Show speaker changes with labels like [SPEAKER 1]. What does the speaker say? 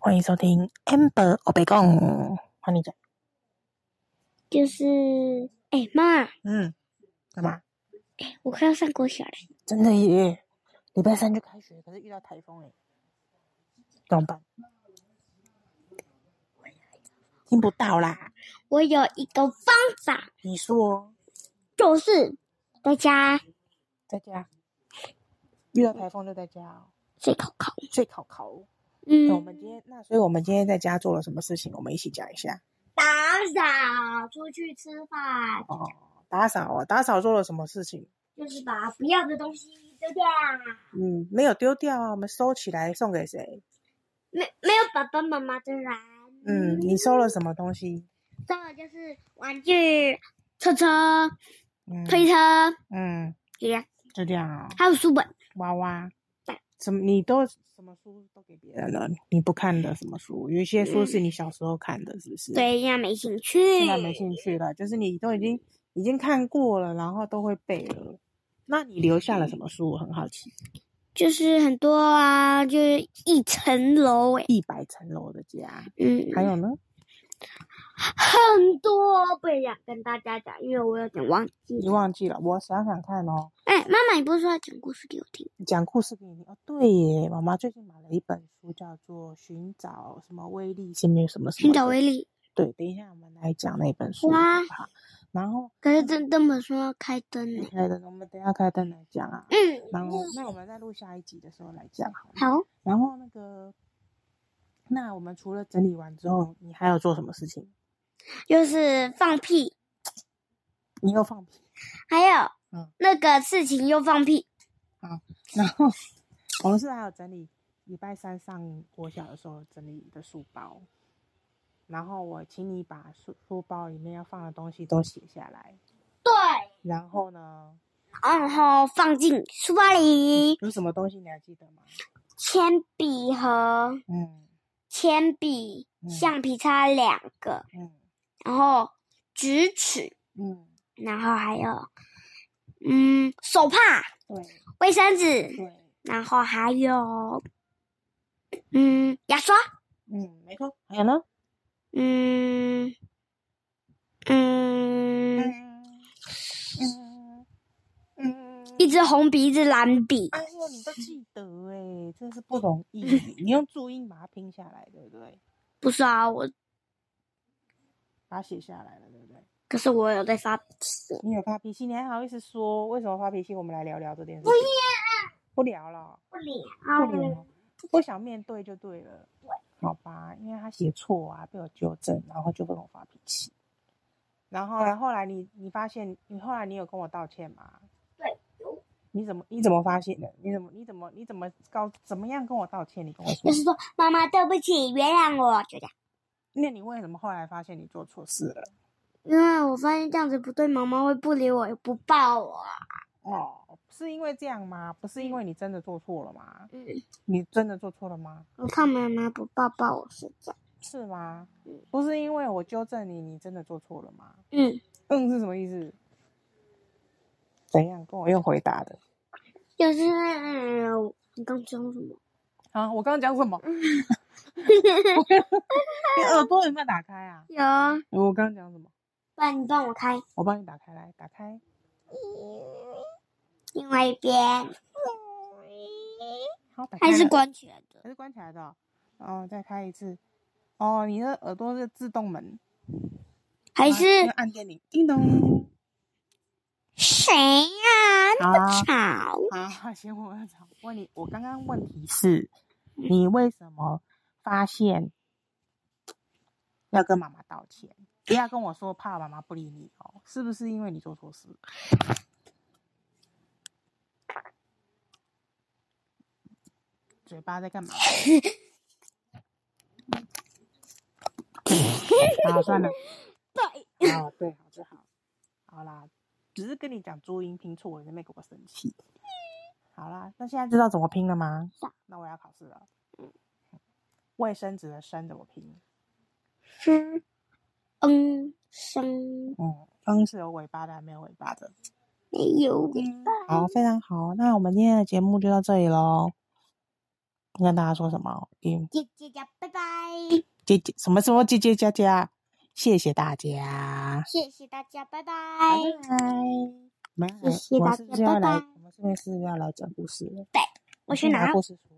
[SPEAKER 1] 欢迎收听 Amber 我被讲，换你讲。
[SPEAKER 2] 就是，哎、妈，
[SPEAKER 1] 嗯，干嘛？
[SPEAKER 2] 我快要上国小了，
[SPEAKER 1] 真的耶！礼拜三就开学，可是遇到台风哎，怎么办？听不到啦，
[SPEAKER 2] 我有一个方法，
[SPEAKER 1] 你说
[SPEAKER 2] 就是在家
[SPEAKER 1] 在家遇到台风就在家、哦、
[SPEAKER 2] 睡考考。
[SPEAKER 1] 睡考考。那我
[SPEAKER 2] 嗯，
[SPEAKER 1] 们今天那，所以我们今天在家做了什么事情？我们一起讲一下
[SPEAKER 2] 打扫，出去吃饭，
[SPEAKER 1] 哦。打扫啊，打扫做了什么事情？
[SPEAKER 2] 就是把不要的东西丢掉。
[SPEAKER 1] 嗯，没有丢掉啊，我们收起来送给谁？
[SPEAKER 2] 没没有爸爸妈妈的人，
[SPEAKER 1] 嗯，你收了什么东西？
[SPEAKER 2] 再有就是玩具、车车、
[SPEAKER 1] 嗯，
[SPEAKER 2] 推车，
[SPEAKER 1] 嗯，
[SPEAKER 2] 这样
[SPEAKER 1] 就这样啊、
[SPEAKER 2] 还有书本。
[SPEAKER 1] 娃娃
[SPEAKER 2] 对，
[SPEAKER 1] 什么你都什么书都给别人了，你不看的什么书？有一些书是你小时候看的，是不是？，
[SPEAKER 2] 嗯对，现在没兴趣。
[SPEAKER 1] 现在没兴趣了，就是你都已经已经看过了，然后都会背了。那你留下了什
[SPEAKER 2] 嗯
[SPEAKER 1] 么书？我很好奇。
[SPEAKER 2] 就是很多啊，就是一层楼哎、
[SPEAKER 1] 一百层楼的家，
[SPEAKER 2] 嗯，
[SPEAKER 1] 还有呢？
[SPEAKER 2] 很多，不想跟大家讲，因为我有点忘记
[SPEAKER 1] 你。忘记了？我想想看哦。
[SPEAKER 2] 哎，妈妈，你不是说要讲故事给我听？
[SPEAKER 1] 讲故事给你听哦。对耶，妈妈最近买了一本书，叫做《寻找什么威力》，是没有什么什么
[SPEAKER 2] 寻
[SPEAKER 1] 的
[SPEAKER 2] 找威力，
[SPEAKER 1] 对，等一下我们来讲那本书。
[SPEAKER 2] 哇
[SPEAKER 1] 好，然后
[SPEAKER 2] 可是这这本书要开灯呢。
[SPEAKER 1] 开灯，我们等一下开灯来讲啊。
[SPEAKER 2] 嗯，
[SPEAKER 1] 然后，那我们再录下一集的时候来讲好了。
[SPEAKER 2] 好，
[SPEAKER 1] 然后那个，那我们除了整理完之后，你还有做什么事情？
[SPEAKER 2] 就是放屁，
[SPEAKER 1] 你又放屁，
[SPEAKER 2] 还有、
[SPEAKER 1] 嗯
[SPEAKER 2] 那个事情又放屁。
[SPEAKER 1] 然后我们是还有整理礼拜三上国小的时候整理的书包，然后我请你把书书包里面要放的东西都写下来，
[SPEAKER 2] 对，
[SPEAKER 1] 然后呢，
[SPEAKER 2] 然后放进书包里，
[SPEAKER 1] 有什么东西你还记得吗？
[SPEAKER 2] 铅笔盒、
[SPEAKER 1] 嗯
[SPEAKER 2] 铅笔、
[SPEAKER 1] 嗯
[SPEAKER 2] 橡皮擦两个，
[SPEAKER 1] 嗯
[SPEAKER 2] 然后直尺，
[SPEAKER 1] 嗯，
[SPEAKER 2] 然后还有嗯手帕、
[SPEAKER 1] 对
[SPEAKER 2] 卫生纸。
[SPEAKER 1] 对，
[SPEAKER 2] 然后还有，嗯，牙刷，
[SPEAKER 1] 嗯，没错。还有呢？
[SPEAKER 2] 嗯，嗯，
[SPEAKER 1] 嗯嗯
[SPEAKER 2] 一支红笔，一支蓝笔，
[SPEAKER 1] 哎呦，你都记得哎，真是不容易。你用注音把它拼下来，对不对？
[SPEAKER 2] 不是啊，我，
[SPEAKER 1] 把它写下来了，对不对？
[SPEAKER 2] 可是我有在发脾气，
[SPEAKER 1] 你有发脾气，你还好意思说为什么发脾气？我们来聊聊这件事情。不聊了，
[SPEAKER 2] 不理啊
[SPEAKER 1] 不聊，哦不想面对就对了。好吧，因为他写错啊，被我纠正，然后就跟我发脾气。然后，后来你你发现，你后来你有跟我道歉吗？
[SPEAKER 2] 对，
[SPEAKER 1] 你怎么你怎么发现的？你怎么你怎么你怎么告怎么样跟我道歉？你跟我说
[SPEAKER 2] 就，是说妈妈对不起，原谅我，就这样。
[SPEAKER 1] 那你为什么后来发现你做错事了？
[SPEAKER 2] 因为我发现这样子不对，妈妈会不理我，也不抱我。
[SPEAKER 1] 哦，是因为这样吗？不是因为你真的做错了吗？
[SPEAKER 2] 嗯，
[SPEAKER 1] 你真的做错了吗？
[SPEAKER 2] 我看妈妈不抱抱我睡觉。
[SPEAKER 1] 是吗
[SPEAKER 2] 嗯？
[SPEAKER 1] 不是因为我纠正你，你真的做错了吗？
[SPEAKER 2] 嗯，
[SPEAKER 1] 嗯是什么意
[SPEAKER 2] 哦
[SPEAKER 1] 思？怎样？跟我用回答的
[SPEAKER 2] 就是、嗯你刚讲什么？
[SPEAKER 1] 啊？我刚刚讲什么？你耳朵有没有打开啊？
[SPEAKER 2] 有啊，
[SPEAKER 1] 我刚刚讲什么？
[SPEAKER 2] 不然你帮我开
[SPEAKER 1] 我帮你打开来，打开。
[SPEAKER 2] 另外一边。
[SPEAKER 1] 好，打开
[SPEAKER 2] 还是
[SPEAKER 1] 了
[SPEAKER 2] 关起来的。
[SPEAKER 1] 还是关起来的哦、哦，再开一次。哦，你的耳朵是自动门，
[SPEAKER 2] 还
[SPEAKER 1] 啊
[SPEAKER 2] 是
[SPEAKER 1] 那个按电铃，叮咚。
[SPEAKER 2] 谁呀、那
[SPEAKER 1] 啊
[SPEAKER 2] 么吵，
[SPEAKER 1] 好，先我要找问你，我刚刚问题是，你为什么发现要跟妈妈道歉？不要跟我说怕妈妈不理你哦，是不是因为你做错事？嘴巴在干嘛？好，算了。
[SPEAKER 2] 对，
[SPEAKER 1] 哦，对，好就好，好啦，只是跟你讲注音拼错，你在那边给我生气。好啦，那现在知道怎么拼了吗
[SPEAKER 2] 知道？
[SPEAKER 1] 那我要考试了。
[SPEAKER 2] 嗯
[SPEAKER 1] 卫生纸的生怎么拼？
[SPEAKER 2] 是嗯声
[SPEAKER 1] 嗯，嗯是有尾巴的，还没有尾巴的。
[SPEAKER 2] 没有尾巴。
[SPEAKER 1] 好，非常好。那我们今天的节目就到这里喽。你跟大家说什么？嗯，
[SPEAKER 2] 姐姐家，拜拜，
[SPEAKER 1] 姐姐什么什么姐姐佳佳，谢谢大家，
[SPEAKER 2] 谢谢大家，拜拜。
[SPEAKER 1] 拜拜。妈
[SPEAKER 2] 谢谢
[SPEAKER 1] 我
[SPEAKER 2] 大
[SPEAKER 1] 是
[SPEAKER 2] 家
[SPEAKER 1] 不是要
[SPEAKER 2] 拜
[SPEAKER 1] 来
[SPEAKER 2] 拜？
[SPEAKER 1] 我们这边是不是要来讲故事了？
[SPEAKER 2] 我去拿
[SPEAKER 1] 故事书。